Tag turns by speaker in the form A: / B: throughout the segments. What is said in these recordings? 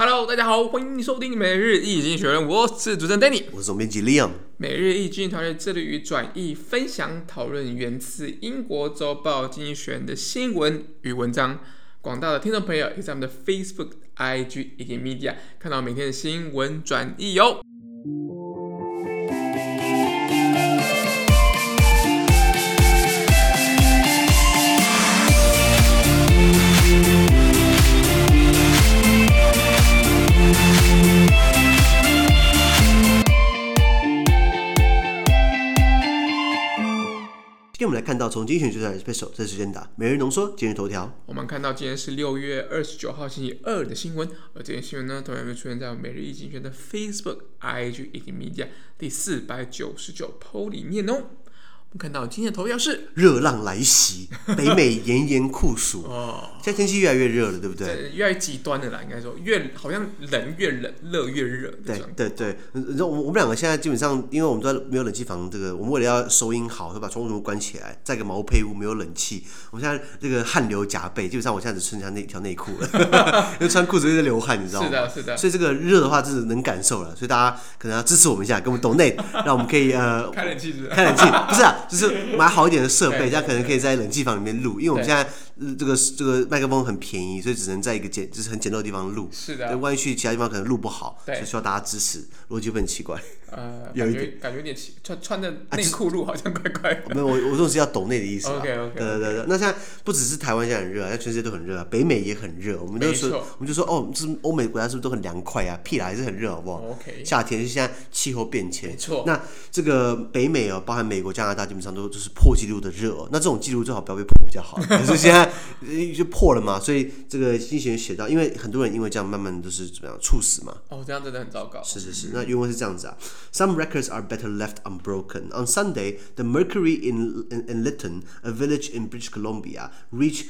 A: Hello，大家好，欢迎收听每日易经学人，我是主持人 Danny。
B: 我是总编辑 Leon。
A: 每日易经团队致力于转译、分享、讨论源自英国周报《经济学人》的新闻与文章。广大的听众朋友，可以在我们的 Facebook、IG 以及 Media 看到每天的新闻转译哦。
B: 今天我们来看到从精选决赛 special 这时间打每日浓缩今日头条。
A: 我们看到今天是六月二十九号星期二的新闻，而这些新闻呢，同样会出现在我们每日易经学的 Facebook、IG 以及 Media 第四百九十九 PO 里面哦。我们看到今天的投票是
B: 热浪来袭，北美炎炎酷暑。哦，现在天气越来越热了，对不对？
A: 呃越来越极端的啦，应该说越好像冷越冷，热越热这
B: 对
A: 种。
B: 对对，你知道我们我们两个现在基本上，因为我们都在没有冷气房，这个我们为了要收音好，会把窗户关起来，在一个毛坯屋没有冷气，我现在这个汗流浃背，基本上我现在只剩下那条内裤了，因为穿裤子就在流汗，你知道吗？
A: 是的，是的，
B: 所以这个热的话，真的能感受了，所以大家可能要支持我们一下，给我们 donate，让我们可以呃
A: 开冷气是不是
B: 开 冷气，不是啊，就是买好一点的设
A: 对
B: 备，这样可能可以在冷气房里面录，因为我们
A: 对
B: 现在呃这个这个麦克风很便宜，所以只能在一个简就是很简陋的地方录。
A: 是
B: 对，
A: 的，
B: 万一去其他地方可能录不好，
A: 对
B: 所以需要大家支持，逻辑会很奇怪。
A: 呃，
B: 有
A: 感
B: 一啊
A: 觉感觉有点奇，穿穿着内
B: 是
A: 裤录好像怪怪的。
B: 没有，我我这种是要懂内的意思啊。
A: OK，OK，OK
B: 对对对对。那现在不只是台湾现在很热啊，现在全世界都很热啊，北美也很热。我们就
A: 没
B: 说
A: 错，
B: 我们就说哦，是不是欧美国家是不是都很凉快啊？屁啦，还是很热，好不好？
A: OK，
B: 夏天是现在气候变迁，
A: 没错
B: 那这个北美哦，包含美国、加拿大，基本上都就是破纪录的热、哦。那这种纪录最好不要被破比较好。 可是现在呃就破了嘛，所以这个经济学写到，因为很多人因为这样慢慢都是怎么样猝死嘛。
A: 哦，这样真的很糟糕。
B: 是是是，那原文是这样子啊。Some records are better left unbroken. On Sunday, the mercury in in, in Lytton, a village in British Columbia, reached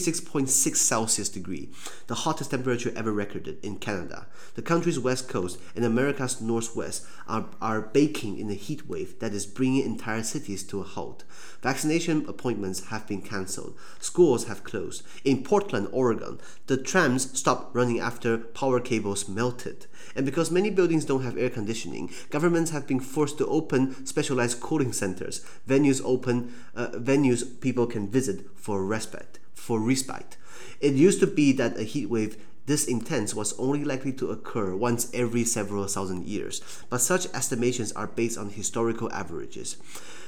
B: 46.6 Celsius degree, the hottest temperature ever recorded in Canada. The country's west coast and America's northwest are are baking in a heat wave that is bringing entire cities to a halt. Vaccination appointments have been cancelled. Schools have closed. In Portland, Oregon, the trams stopped running after power cables melted. And because many buildings don't have air conditioning, governments have been forced to open specialized cooling centers. Venues open, uh, venues people can visit for respite. For respite, it used to be that a heat wave this intense was only likely to occur once every several thousand years, but such estimations are based on historical averages.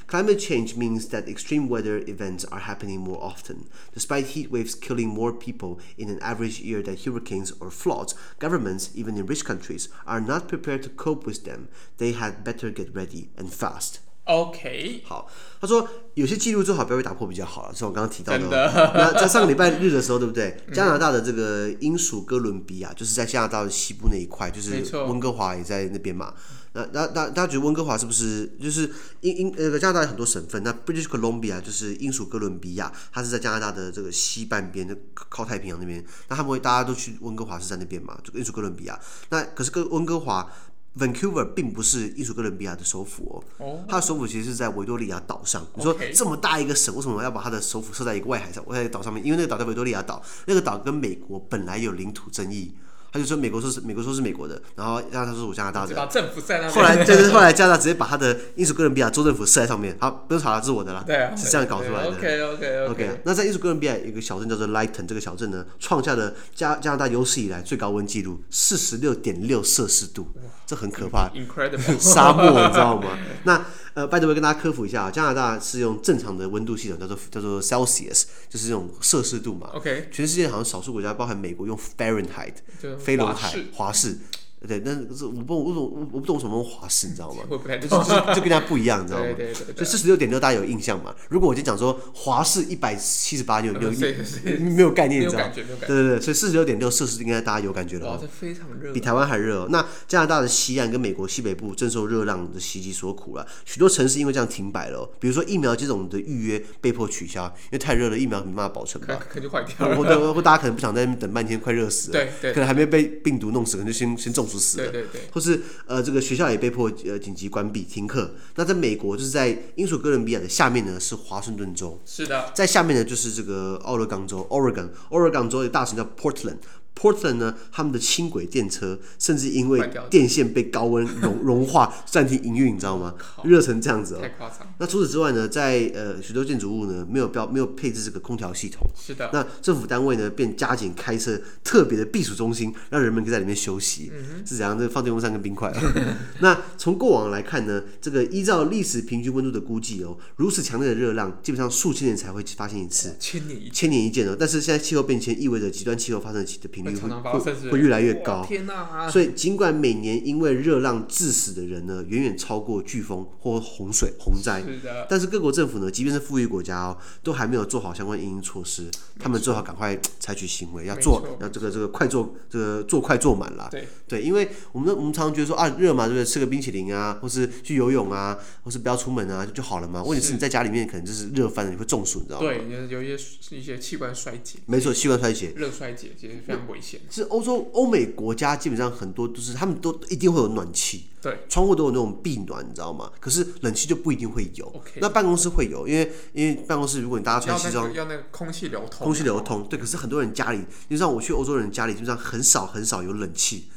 B: Climate change means that extreme weather events are happening more often. Despite heat waves killing more people in an average year than hurricanes or floods, governments, even in rich countries, are not prepared to cope with them. They had better get ready and fast.
A: OK，
B: 好，他说有些记录最好不要被打破比较好了，是我刚刚提到的
A: 真
B: 哦。
A: 的嗯
B: 那在上个礼拜日的时候，对不 对？加拿大的这个英属哥伦比亚，就是在加拿大的西部那一块，就
A: 没
B: 是
A: 错
B: 温哥华也在那边嘛。那那那大家觉得温哥华是不是就是英英呃加拿大有很多省份？那 British Columbia 就是英属哥伦比亚，它是在加拿大的这个西半边，就靠太平洋那边。那他们会大家都去温哥华是在那边嘛？就英属哥伦比亚。那可是哥温哥华 Vancouver 并不是英属哥伦比亚的首府哦。
A: 哦，
B: 它的首府其实是在维多利亚岛上。你说
A: OK
B: 这么大一个省，为什么要把它的首府设在一个外海上，外海岛上面？因为那个岛叫维多利亚岛，那个岛跟美国本来有领土争议，他就说美国说是美国说是美国的，然后加拿大说是我加拿大
A: 知
B: 的。
A: 道政府在那边。
B: 后来就是后来加拿大直接把他的英属哥伦比亚州政府设在上面，好，不用查了，这是我的啦，
A: 对啊，
B: 是这样搞出来的。
A: OK OK
B: OK，
A: OK，
B: 那在英属哥伦比亚有一个小镇叫做 Lighton，这个小镇呢，创下了加加拿大有史以来最高温纪录，四十六点六摄氏度，这很可怕。
A: Incredible，
B: 沙漠，你知道吗？那呃，拜托，跟大家科普一下啊，加拿大是用正常的温度系统，叫做叫做 Celsius，就是这种摄氏度嘛。
A: OK
B: 全世界好像少数国家，包含美国用 Fahrenheit，
A: 就是
B: 飞轮
A: 华
B: 海
A: 氏、
B: 华氏。对，但是我不我不懂，我不懂什么华氏，你知 道吗？
A: 我不太
B: 就
A: 懂
B: 就就就跟大家不一样，你知道吗？
A: 对对对
B: 就
A: 对，
B: 四十六点六，大家有印象嘛？如果我今天讲说华氏一百七十八，有 有
A: 是是是
B: 没有概念，
A: 没
B: 你
A: 有
B: 知道吗
A: 感？觉，没有
B: 对
A: 感觉。
B: 对对，所以四十六点六摄氏度应该大家有感觉了吧
A: 哇，？这非常热啊
B: 比。台湾还热、哦。那加拿大的西岸跟美国西北部正受热浪的袭击所苦了，许多城市因为这样停摆了哦、比如说疫苗接种的预约被迫取消，因为太热了，疫苗没办法保存
A: 可
B: 吧。
A: 可就坏掉
B: 或
A: 了。
B: 或或大家可能不想在那边等半天，快热死了。
A: 对对
B: 可能还没被病毒弄死，可能就先先中暑死了。
A: 对对对，
B: 或 是呃，这个学校也被迫呃紧急关闭停课。那在美国，就是在英属哥伦比亚的下面呢是华盛顿州，
A: 是的，
B: 在下面呢就是这个奥勒冈州 （Oregon）。Oregon 州的大城叫 Portland。 Portland 呢，他们的轻轨电车甚至因为
A: 坏掉了
B: 电线被高温融 融化，暂停营运，你知道吗？热成这样子哦、
A: 太夸张。
B: 那除此之外呢，在呃许多建筑物呢，没有标没有配置这个空调系统。
A: 是的，
B: 那政府单位呢，便加紧开设特别的避暑中心，让人们可以在里面休息。
A: 嗯
B: 是怎样？这放电风扇跟冰块、啊。 那从过往来看呢，这个依照历史平均温度的估计哦，如此强烈的热浪，基本上数千年才会发现一次，
A: 千年一
B: 千年一见哦。但是现在气候变迁意味着极端气候发生的频率
A: 会
B: 会
A: 常常发生
B: 会
A: 是不是
B: 会越来越
A: 哇
B: 高。
A: 天哪、啊
B: 所以，尽管每年因为热浪致死的人呢，远远超过飓风或洪水、洪灾，
A: 是的，
B: 但是各国政府呢，即便是富裕国家哦，都还没有做好相关应应措施，他们最好赶快嘖采取行为，要
A: 没
B: 做
A: 错，
B: 要这个这个快做，这个做快做满啦。
A: 对
B: 对，因为我们我们常常觉得说啊，热嘛，对不对？吃个冰淇淋啊，或是去游泳啊，或是不要出门啊，就就好了嘛。问题是你在家里面可能就是热翻了，你会中暑，你知道吗？
A: 对，有有一些一些器官衰竭、
B: 没错，器官衰竭。
A: 热衰竭，其实非常危险。
B: 是欧洲欧美国家基本上很多都是他们都一定会有暖气，
A: 对，
B: 窗户都有那种避暖，你知道吗？可是冷气就不一定会有。
A: OK
B: 那办公室会有，因为因为办公室如果你大家穿
A: 要
B: 西
A: 那
B: 装
A: 个，要那个空气流通，啊
B: 空气流通，对。可是很多人家里，你知道我去欧洲人家里，基本上很少很少有冷气。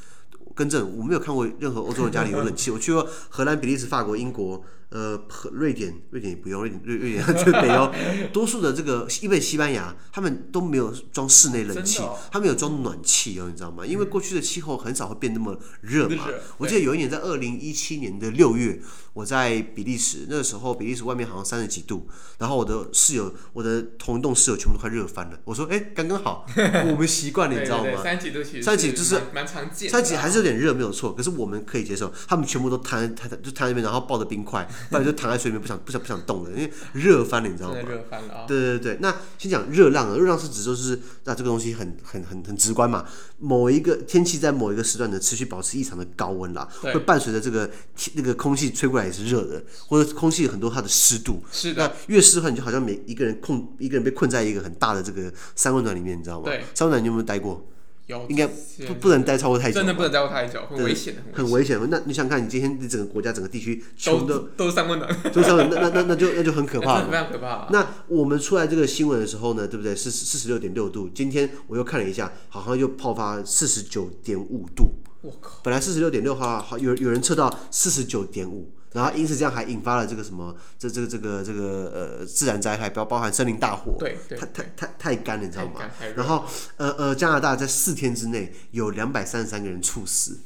B: 跟正，我没有看过任何欧洲人家里有 冷气。我去过荷兰、比利时、法国、英国，呃，荷瑞典，瑞典也不用，瑞典瑞瑞典 就北欧，多数的这个西北西班牙，他们都没有装室内冷气
A: 真的哦，嗯
B: 他们有装暖气哦，你知道吗？因为过去的气候很少会变那么热嘛
A: 热。
B: 我记得有一年在二零一七年的六月，我在比利时，那个时候比利时外面好像三十几度，然后我的室友，我的同一栋室友全部都快热翻了。我说，哎、刚 刚好，我们习惯了，
A: 对，
B: 你知道
A: 对对
B: 吗？
A: 三级都其实
B: 三级就是
A: 蛮蛮常见的啊，
B: 三级还是有点热，没有错，可是我们可以接受。他们全部都瘫瘫就瘫在那边，然后抱着冰块，不然就躺在水里面不想不想不想动了，因为热翻了，你知道
A: 真
B: 吗
A: 的？热翻了啊！
B: 对对对，那先讲热浪啊，热浪是指就是那这个东西很很很很直观嘛，某一个天气在某一个时段呢持续保持异常的高温啦，
A: 对
B: 会伴随着这个气那个空气吹过来也是热的，或者空气很多它的湿度，
A: 是的，
B: 那越湿的话你就好像每一个人控一个人被困在一个很大的这个三温暖里面，你知道吗？
A: 对，
B: 三温暖你有没有待过？
A: 有
B: 应该
A: 是
B: 不不能待超过太久，
A: 真的不能待过太久，很
B: 对
A: 危险的，
B: 很危险。那你想想看，你今天你整个国家整个地区全
A: 都
B: 部都
A: 都是三温暖，
B: 都上了，那那那那就那就很可怕了
A: 真 的。非常可怕啊。
B: 那我们出来这个新闻的时候呢，对不对？是四十六点六度，今天我又看了一下，好像又爆发四十九点五度。
A: 我靠，
B: 本来四十六点六号，好有有人测到四十九点五，然后因此这样还引发了这个什么，这这个这个这个呃自然灾害，包包含森林大火，
A: 对对
B: 太太太太干了，你知道
A: 太
B: 吗？
A: 干太热
B: 然后呃呃，加拿大在四天之内有两百三十三个人猝死，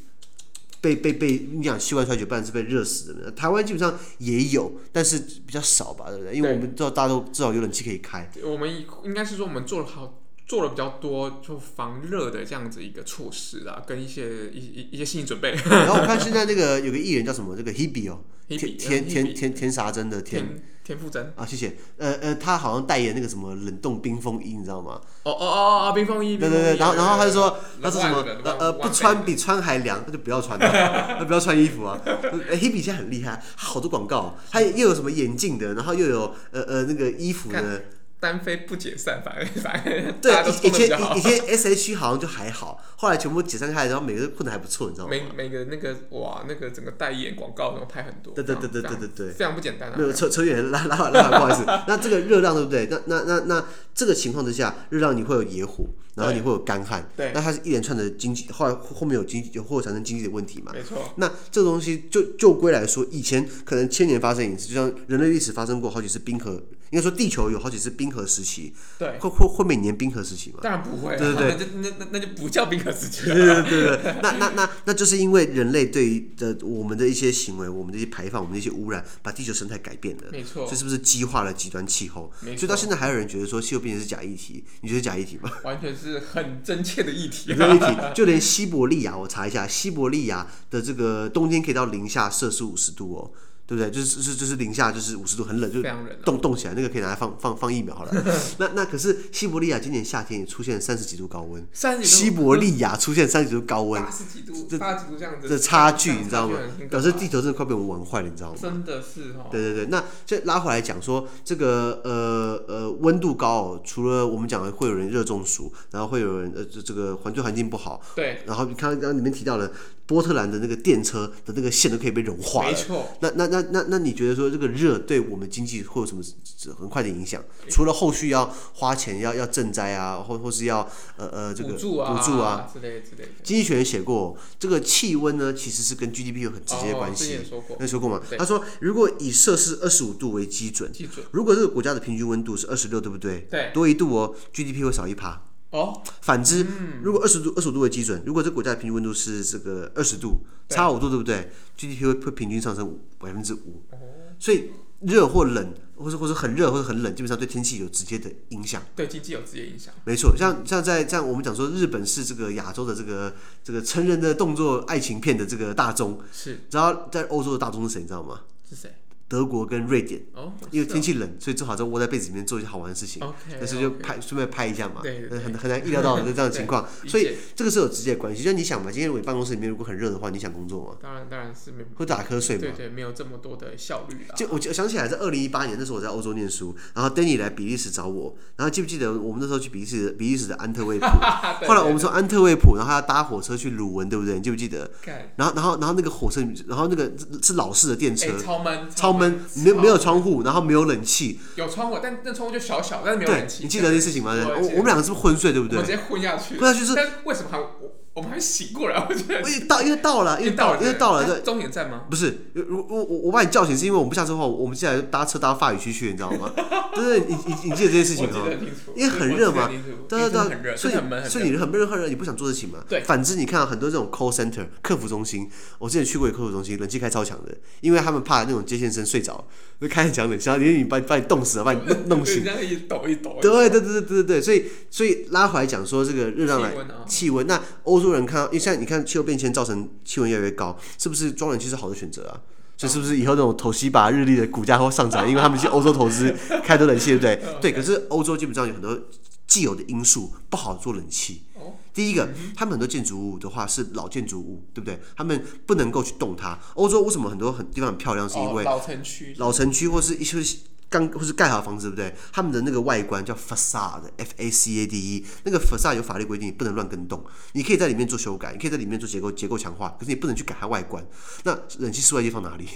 B: 被被被你讲器官衰竭，不然是被热死的。台湾基本上也有，但是比较少吧，对不对？因为
A: 对
B: 我们知道大家都至少有冷气可以开。
A: 我们一应该是说我们做了好。做了比较多就防热的这样子一个措施啊，跟一些一一一些心理准备。
B: 然后我看现在那个有个艺人叫什么，这个 Hebe 哦，田
A: Hebe，
B: 田
A: 嗯
B: 田
A: Hebe
B: 田田啥真的田。
A: 田田馥甄，
B: 啊，谢谢。呃呃，他好像代言那个什么冷冻冰风衣，你知道吗？
A: 哦哦哦哦，冰风衣，
B: 对对对，然后然后他就说，他说什么
A: 冷
B: 呃
A: 万
B: 呃，
A: 冷
B: 不穿比穿还凉，那就不要穿了，那不要穿衣服啊。 哎，Hebe 现在很厉害，他好多广告，他又有什么眼镜的，然后又有呃呃那个衣服的。
A: 单飞不解散，反而 反而
B: 对
A: 大家都，
B: 以以
A: 冲的比
B: 前
A: 较好
B: 以以。前 S H 好像就还好，后来全部解散开来，然后每个人混的还不错，你知道吗
A: 每？每个那个哇，那个整个代言广告，然后拍很多，
B: 对对对
A: 非
B: 对对
A: 常
B: 对对。
A: 非常不简单啊
B: 没。有扯扯远拉拉拉回来，不好意思。那这个热浪对不对？那那那那这个情况之下，热浪你会有野火，然后你会有干旱，
A: 对
B: 那它是一连串的经济，后来后面有经济有会有产生经济的问题嘛？
A: 没错，
B: 那这个东西就就归来说，以前可能千年发生一次，就像人类历史发生过好几次冰河，应该说地球有好几次冰河时期，
A: 对，
B: 会会会每年冰河时期吗？
A: 当然不会啊，
B: 对对
A: 对，那就那那那就不叫冰河时期
B: 对
A: 了。
B: 对对对，那那那那就是因为人类对于的我们的一些行为，我们的一些排放，我们的一些污染，把地球生态改变了。
A: 没错
B: 所以，是不是激化了极端气候？
A: 没
B: 所
A: 错
B: 以到现在还有人觉得说气候变迁是假议题，你觉得是假议题吗？
A: 完全是很真切的议题
B: 有
A: 啊。
B: 没有议题？就连西伯利亚，我查一下，西伯利亚的这个冬天可以到零下摄氏五十度哦，对不对？就是就是就是零下就是五十度，很冷，就
A: 非常冷啊
B: 冻冻起来，那个可以拿来放放放疫苗好了。那那可是西伯利亚今年夏天也出现三十几度高温，
A: 三十
B: 西
A: 几
B: 伯利亚出现三十几度高
A: 度、
B: 温。
A: 八十几度、八十几度这样子
B: 这差距你知道吗
A: 差距很？
B: 表示地球真的快被我们玩坏了，你知道吗？
A: 真的是哦，
B: 对对对，那就拉回来讲说，这个呃呃温度高、哦，除了我们讲的会有人热中暑，然后会有人呃这这个环对环境不好，
A: 对，
B: 然后你看刚刚里面提到了波特兰的那个电车的那个线都可以被融化了。
A: 没错
B: 那那那那那你觉得说这个热对我们经济会有什么很快的影响？除了后续要花钱要要赈灾啊，或或是要呃呃这个
A: 补助啊、
B: 补助啊。
A: 之类之类的。
B: 经济学人写过，这个气温呢其实是跟 GDP 有很直接的关
A: 哦、之
B: 系。
A: 前说过，
B: 那说过吗？
A: 对
B: 他说，如果以摄氏二十五度为基准，
A: 记准
B: 如果这个国家的平均温度是二十六，对不对？
A: 对
B: 多一度哦，GDP 会少一趴。
A: 哦，
B: 反之，如果二十度二十度为基准，如果这国家的平均温度是这个二十度，差五度，对不对？GDP 会会平均上升百分之五。
A: 哦
B: 所以热或冷，或是或是很热或者很冷，基本上对天气有直接的影响。
A: 对经济有直接影响。
B: 没错，像像在像我们讲说，日本是这个亚洲的这个这个成人的动作爱情片的这个大宗，
A: 是
B: 你知道在欧洲的大宗是谁？你知道吗？
A: 是谁？
B: 德国跟瑞典，
A: 哦，
B: 因为天
A: 气
B: 气冷，所以正好在窝在被子里面做一些好玩的事情。
A: OK，
B: 但是就拍顺便拍一下嘛，
A: 对对对，
B: 很很难意料到的这样的情况
A: 对
B: 所
A: 理
B: 以
A: 解
B: 这个是有直接的关系。就像你想嘛，今天如果办公室里面如果很热的话，你想工作吗？
A: 当然当然是没有
B: 会打瞌睡
A: 对
B: 吗？
A: 对，没有这么多的效率啦。
B: 就我就想起来，在二零一八年那时候我在欧洲念书，然后 Danny 来比利时找我，然后记不记得我们那时候去比利时比利时的安特卫普，
A: 对
B: 后来我们从安特卫普，然后还要搭火车去鲁文，对不对？你记不记得？
A: 看，
B: 然后然后然后那个火车，然后那个是老式的电车，
A: 哎，超闷，
B: 超闷，没有没有窗户，然后没有冷气，
A: 有窗户，但那窗户就小小，但是没有
B: 对
A: 冷，气。
B: 你记得这件事情吗？
A: 我
B: 我
A: 记得
B: 我们两个是不是昏睡，对不
A: 我
B: 对
A: 直？接昏下去了。
B: 昏下去是
A: 但为什么还我我们还醒过来？我觉得
B: 因为到因为到啊了，因为到了，因为到了，对，
A: 终点站吗？
B: 不是，呃如我我我把你叫醒，是因为我们不下车的话，我们接下来搭车搭法语区去，你知道吗？ 对对，你你你记得这件事情哦
A: 我
B: 吗
A: 记？得很清楚，
B: 因为很热嘛
A: 我记得很清楚
B: 对对
A: 很热，
B: 对，所
A: 真
B: 以
A: 的很闷，很
B: 所
A: 热
B: 以你很热很热，你不想做事情嘛？
A: 对
B: 反之，你看到很多这种 call center 客服中心，我之前去过一个客服中心，冷气开超强的，因为他们怕那种接线生睡着，就开很强冷气，然后你你把你把你冻死了，把你弄弄醒
A: 对。这样一抖一抖。
B: 对对对对对对，所以所以拉回来讲说这个热浪来
A: 气温啊
B: 气温，那欧洲人看到，因为现在你看气候变迁造成气温越来越高，是不是装冷气是好的选择啊？所以是不是以后那种投西把日历的股价会上涨，因为他们去欧洲投资开多冷气，对不对？对，可是欧洲基本上有很多既有的因素不好做冷气。
A: 哦
B: 第一个，他们很多建筑物的话是老建筑物，对不对？他们不能够去动它。欧洲为什么很多很地方很漂亮，是因为
A: 哦老城区
B: 老城区或是一些刚或是盖好房子，对不对？他们的那个外观叫 facade，f a c a d e，那个 facade 有法律规定，你不能乱跟动。你可以在里面做修改，你可以在里面做结构结构强化，可是你不能去改它外观。那冷气室外机放哪里？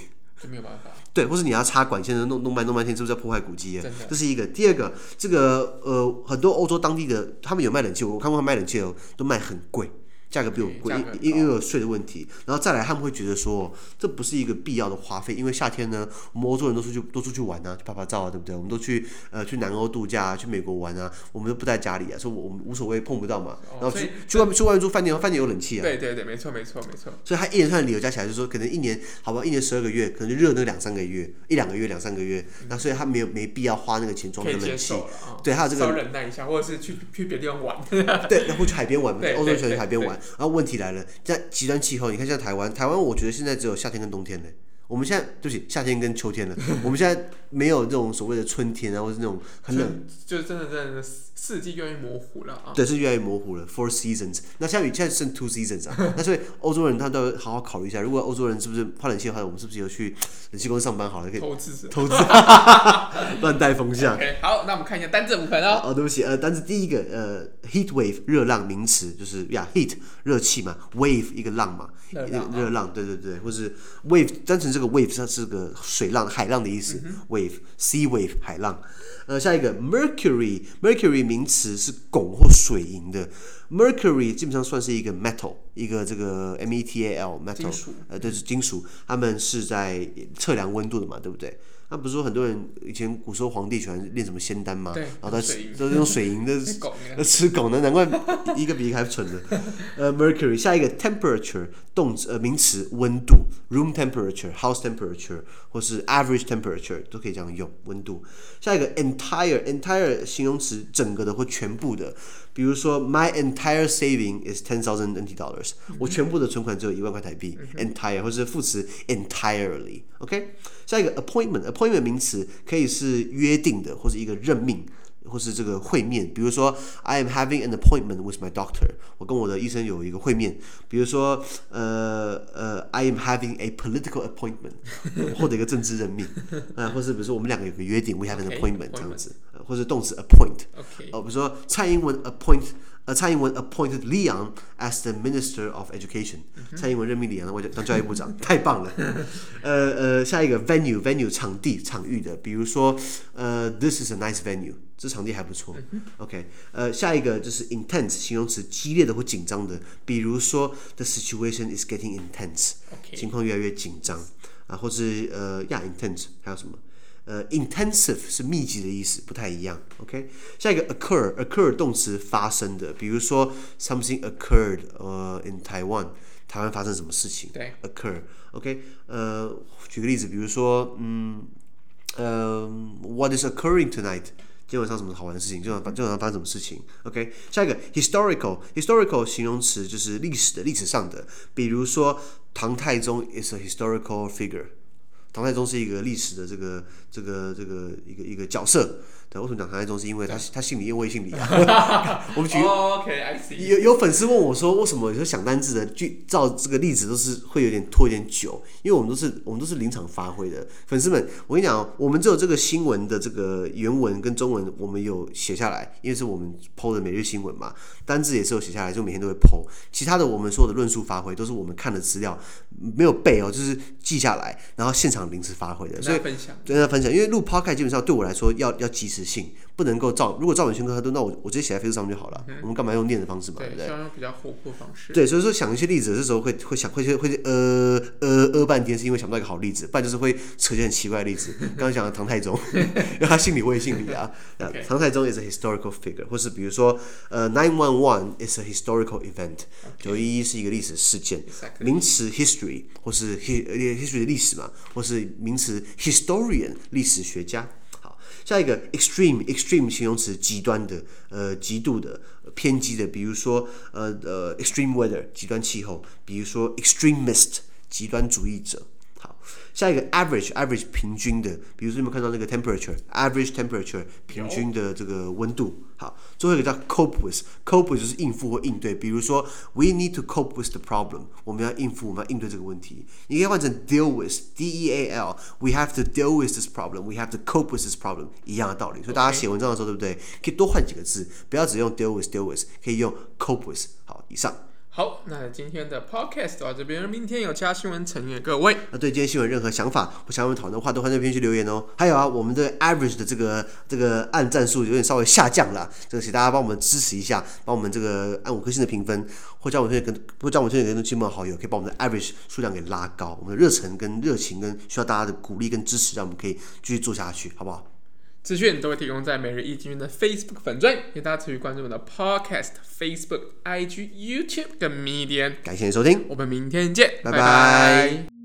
A: 就没有办法。
B: 对，或是你要插管线，弄弄半弄半天，是不是在破坏古迹耶
A: 真的？
B: 这是一个。第二个，这个呃，很多欧洲当地的他们有卖冷气，我看过他们卖冷气哦，都卖很贵，价格比我们贵
A: 嗯价格，很
B: 因因
A: 高
B: 因为有税的问题。然后再来，他们会觉得说这不是一个必要的花费，因为夏天呢，我们欧洲人都出去都出去玩啊，去拍拍照啊，对不对？我们都去呃去南欧度假啊，去美国玩啊，我们都不在家里啊，所以我我们无所谓碰不到嘛。
A: 哦
B: 然后
A: 所以
B: 去去外面去外面住饭店，饭店有冷气啊。
A: 对对对，没错没错没错。
B: 所以他一连串的理由加起来，就是说可能一年，好吧，一年十二个月，可能就热那两三个月，一两个月，两三个月，
A: 嗯
B: 那所以他没有没必要花那个钱装
A: 可
B: 个
A: 以接
B: 冷气。
A: 受了啊，
B: 对还有这个
A: 稍忍耐一下，或者是去去别的地方玩，
B: 对，然后去海边玩嘛
A: 对，
B: 欧洲
A: 对
B: 喜欢去
A: 对
B: 海边玩。然后问题来了，在极端气候，你看像台湾，台湾我觉得现在只有夏天跟冬天嘞。我们现在对不起，夏天跟秋 天了。我们现在没有这种所谓的春天啊，或是那种很冷，
A: 就，就真的真的四季越来越模糊了啊。
B: 对，是越来越模糊了。Four seasons，那像你现在剩 two seasons 啊，那所以欧洲人他都要好好考虑一下，如果欧洲人是不是换冷气的话，我们是不是有去冷气公司上班好了，可以
A: 投资者。
B: 投资， 乱带风向。
A: OK，好，那我们看一下单字的部分哦。
B: 哦，对不起，呃，但是第一个呃，heat wave 热浪名词就是呀、heat 热气嘛，wave 一个浪嘛，
A: 热
B: 一个
A: 浪啊
B: 热浪，对对对，或是 wave 单纯这个 wave 它是个水浪、海浪的意思、
A: 嗯
B: w a v e sea wave 海浪。呃，下一个 mercury mercury 名词是汞或水银的，mercury 基本上算是一个 metal，一个这个 m e t a l metal
A: 金属
B: 呃，对，是金属，他们是在测量温度的嘛，对不对？那不是说很多人以前古时候皇帝喜欢炼什么仙丹吗？
A: 对
B: 然后他
A: 水银
B: 都是用水银的
A: 是狗那
B: 那 吃狗呢，难怪一个比一个还蠢呢。呃，mercury 下一个 temperature 动词呃名词温度，room temperature、house temperature 或是 average temperature 都可以这样用温度。下一个 entire entire 形容词整个的或全部的，比如说 my entire saving is ten thousand NT dollars，我全部的存款只有一万块台币，entire 或是副词 entirely。OK，下一个 appointment appointment 名词可以是约定的或是一个任命。或是这个会面，比如说 I am having an appointment with my doctor，我跟我的医生有一个会面。比如说，呃呃，I am having a political appointment，我获得一个政治任命。呃，或是比如说我们两个有个约定，we have an
A: Okay,
B: appointment
A: appointment
B: 这样子，呃或是动词 appoint。
A: OK，
B: 哦，比如说蔡英文 appoint 而蔡英文 appointed Liang as the Minister of Education，、蔡英文任命李阳当外交当教育部长， 太棒了。呃呃，下一个 venue venue 场地场域的，比如说呃，this is a nice venue，这场地还不错。OK，呃，下一个就是 intense 形容词，激烈的或紧张的，比如说 the situation is getting intense，、
A: OK
B: 情况越来越紧张啊，或是呃呀 intense 还有什么？呃，intensive 是密集的意思，不太一样。OK，下一个 occur，occur 动词发生的，比如说 something occurred，呃，in Taiwan，台湾发生什么事情？
A: 对
B: ，occur。OK，呃，举个例子，比如说，嗯，呃，what is occurring tonight？今天晚上什么好玩的事情？今晚发今晚上发生什么事情？OK，下一个 historical，historical 形容词就是历史的、历史上的，比如说唐太宗 is a historical figure。唐太宗是一个历史的这个这个这个一个一个角色，对，为什么讲唐太宗？是因为他他姓李，因为我也姓李啊。我们举
A: 哦 OK，I see。
B: 有有粉丝问我说，为什么有时候想单字的句照这个例子都是会有点拖有点久？因为我们都是我们都是临场发挥的。粉丝们，我跟你讲哦，我们只有这个新闻的这个原文跟中文，我们有写下来，因为是我们 PO 的每日新闻嘛，单字也是有写下来，就每天都会 PO。其他的我们所有的论述发挥都是我们看的资料，没有背哦，就是记下来，然后现场临时发挥的。所以
A: 跟大家分享，
B: 跟大家分享，因为录 podcast 基本上对我来说要要及时性，不能够照如果照本宣科，那我我直接写在 Facebook 上面就好了。我们干嘛用念的方式嘛，对
A: 对，
B: 不
A: 希
B: 对？
A: 望用比较活泼的方式。
B: 对，所以说想一些例子，这时候会会想会会会呃呃呃半天，是因为想不到一个好例子，不然就是会扯一些很奇怪的例子。刚刚讲的唐太宗，因为他姓李，我也姓李啊。啊
A: Okay
B: 唐太宗 is a historical figure，或是比如说呃 nine one one is a historical event，九一一是一个历史事件。
A: Exactly
B: 名词 history 或是 hi- 呃 history 的历史嘛，或是名词 historian 历史学家。好，下一个 extreme extreme 形容词极端的，呃，极度的、呃偏激的，比如说呃呃 extreme weather 极端气候，比如说 extremist 极端主义者。好，下一个 average average 平均的，比如说你们看到那个 temperature average temperature 平均的这个温度。好，最后一个叫 cope with，cope with 就是应付或应对，比如说 we need to cope with the problem，我们要应付，我们要应对这个问题。你可以换成 deal with，d e a l，we have to deal with this problem，we have to cope with this problem，一样的道理。所以大家写文章的时候，对不对？可以多换几个字，不要只用 deal with，deal with，可以用 cope with。好，以上。
A: 好，那今天的 podcast 到这边，明天有其他新闻呈现给各位。
B: 那对今天新闻有任何想法或想要我们讨论的话，都欢迎在评论区留言哦。还有啊，我们的 average 的这个这个按赞数有点稍微下降了，这个请大家帮我们支持一下，帮我们这个按五颗星的评分，或叫我们推荐跟或叫我们推荐给亲朋好友，可以把我们的 average 数量给拉高。我们的热忱跟热情跟需要大家的鼓励跟支持，让我们可以继续做下去，好不好？
A: 资讯都会提供在每日一金的 Facebook 粉专，也大家持续关注我们的 podcast、Facebook、IG、YouTube 跟 Medium。
B: 感谢你的收听。
A: 我们明天见，
B: 拜拜
A: 拜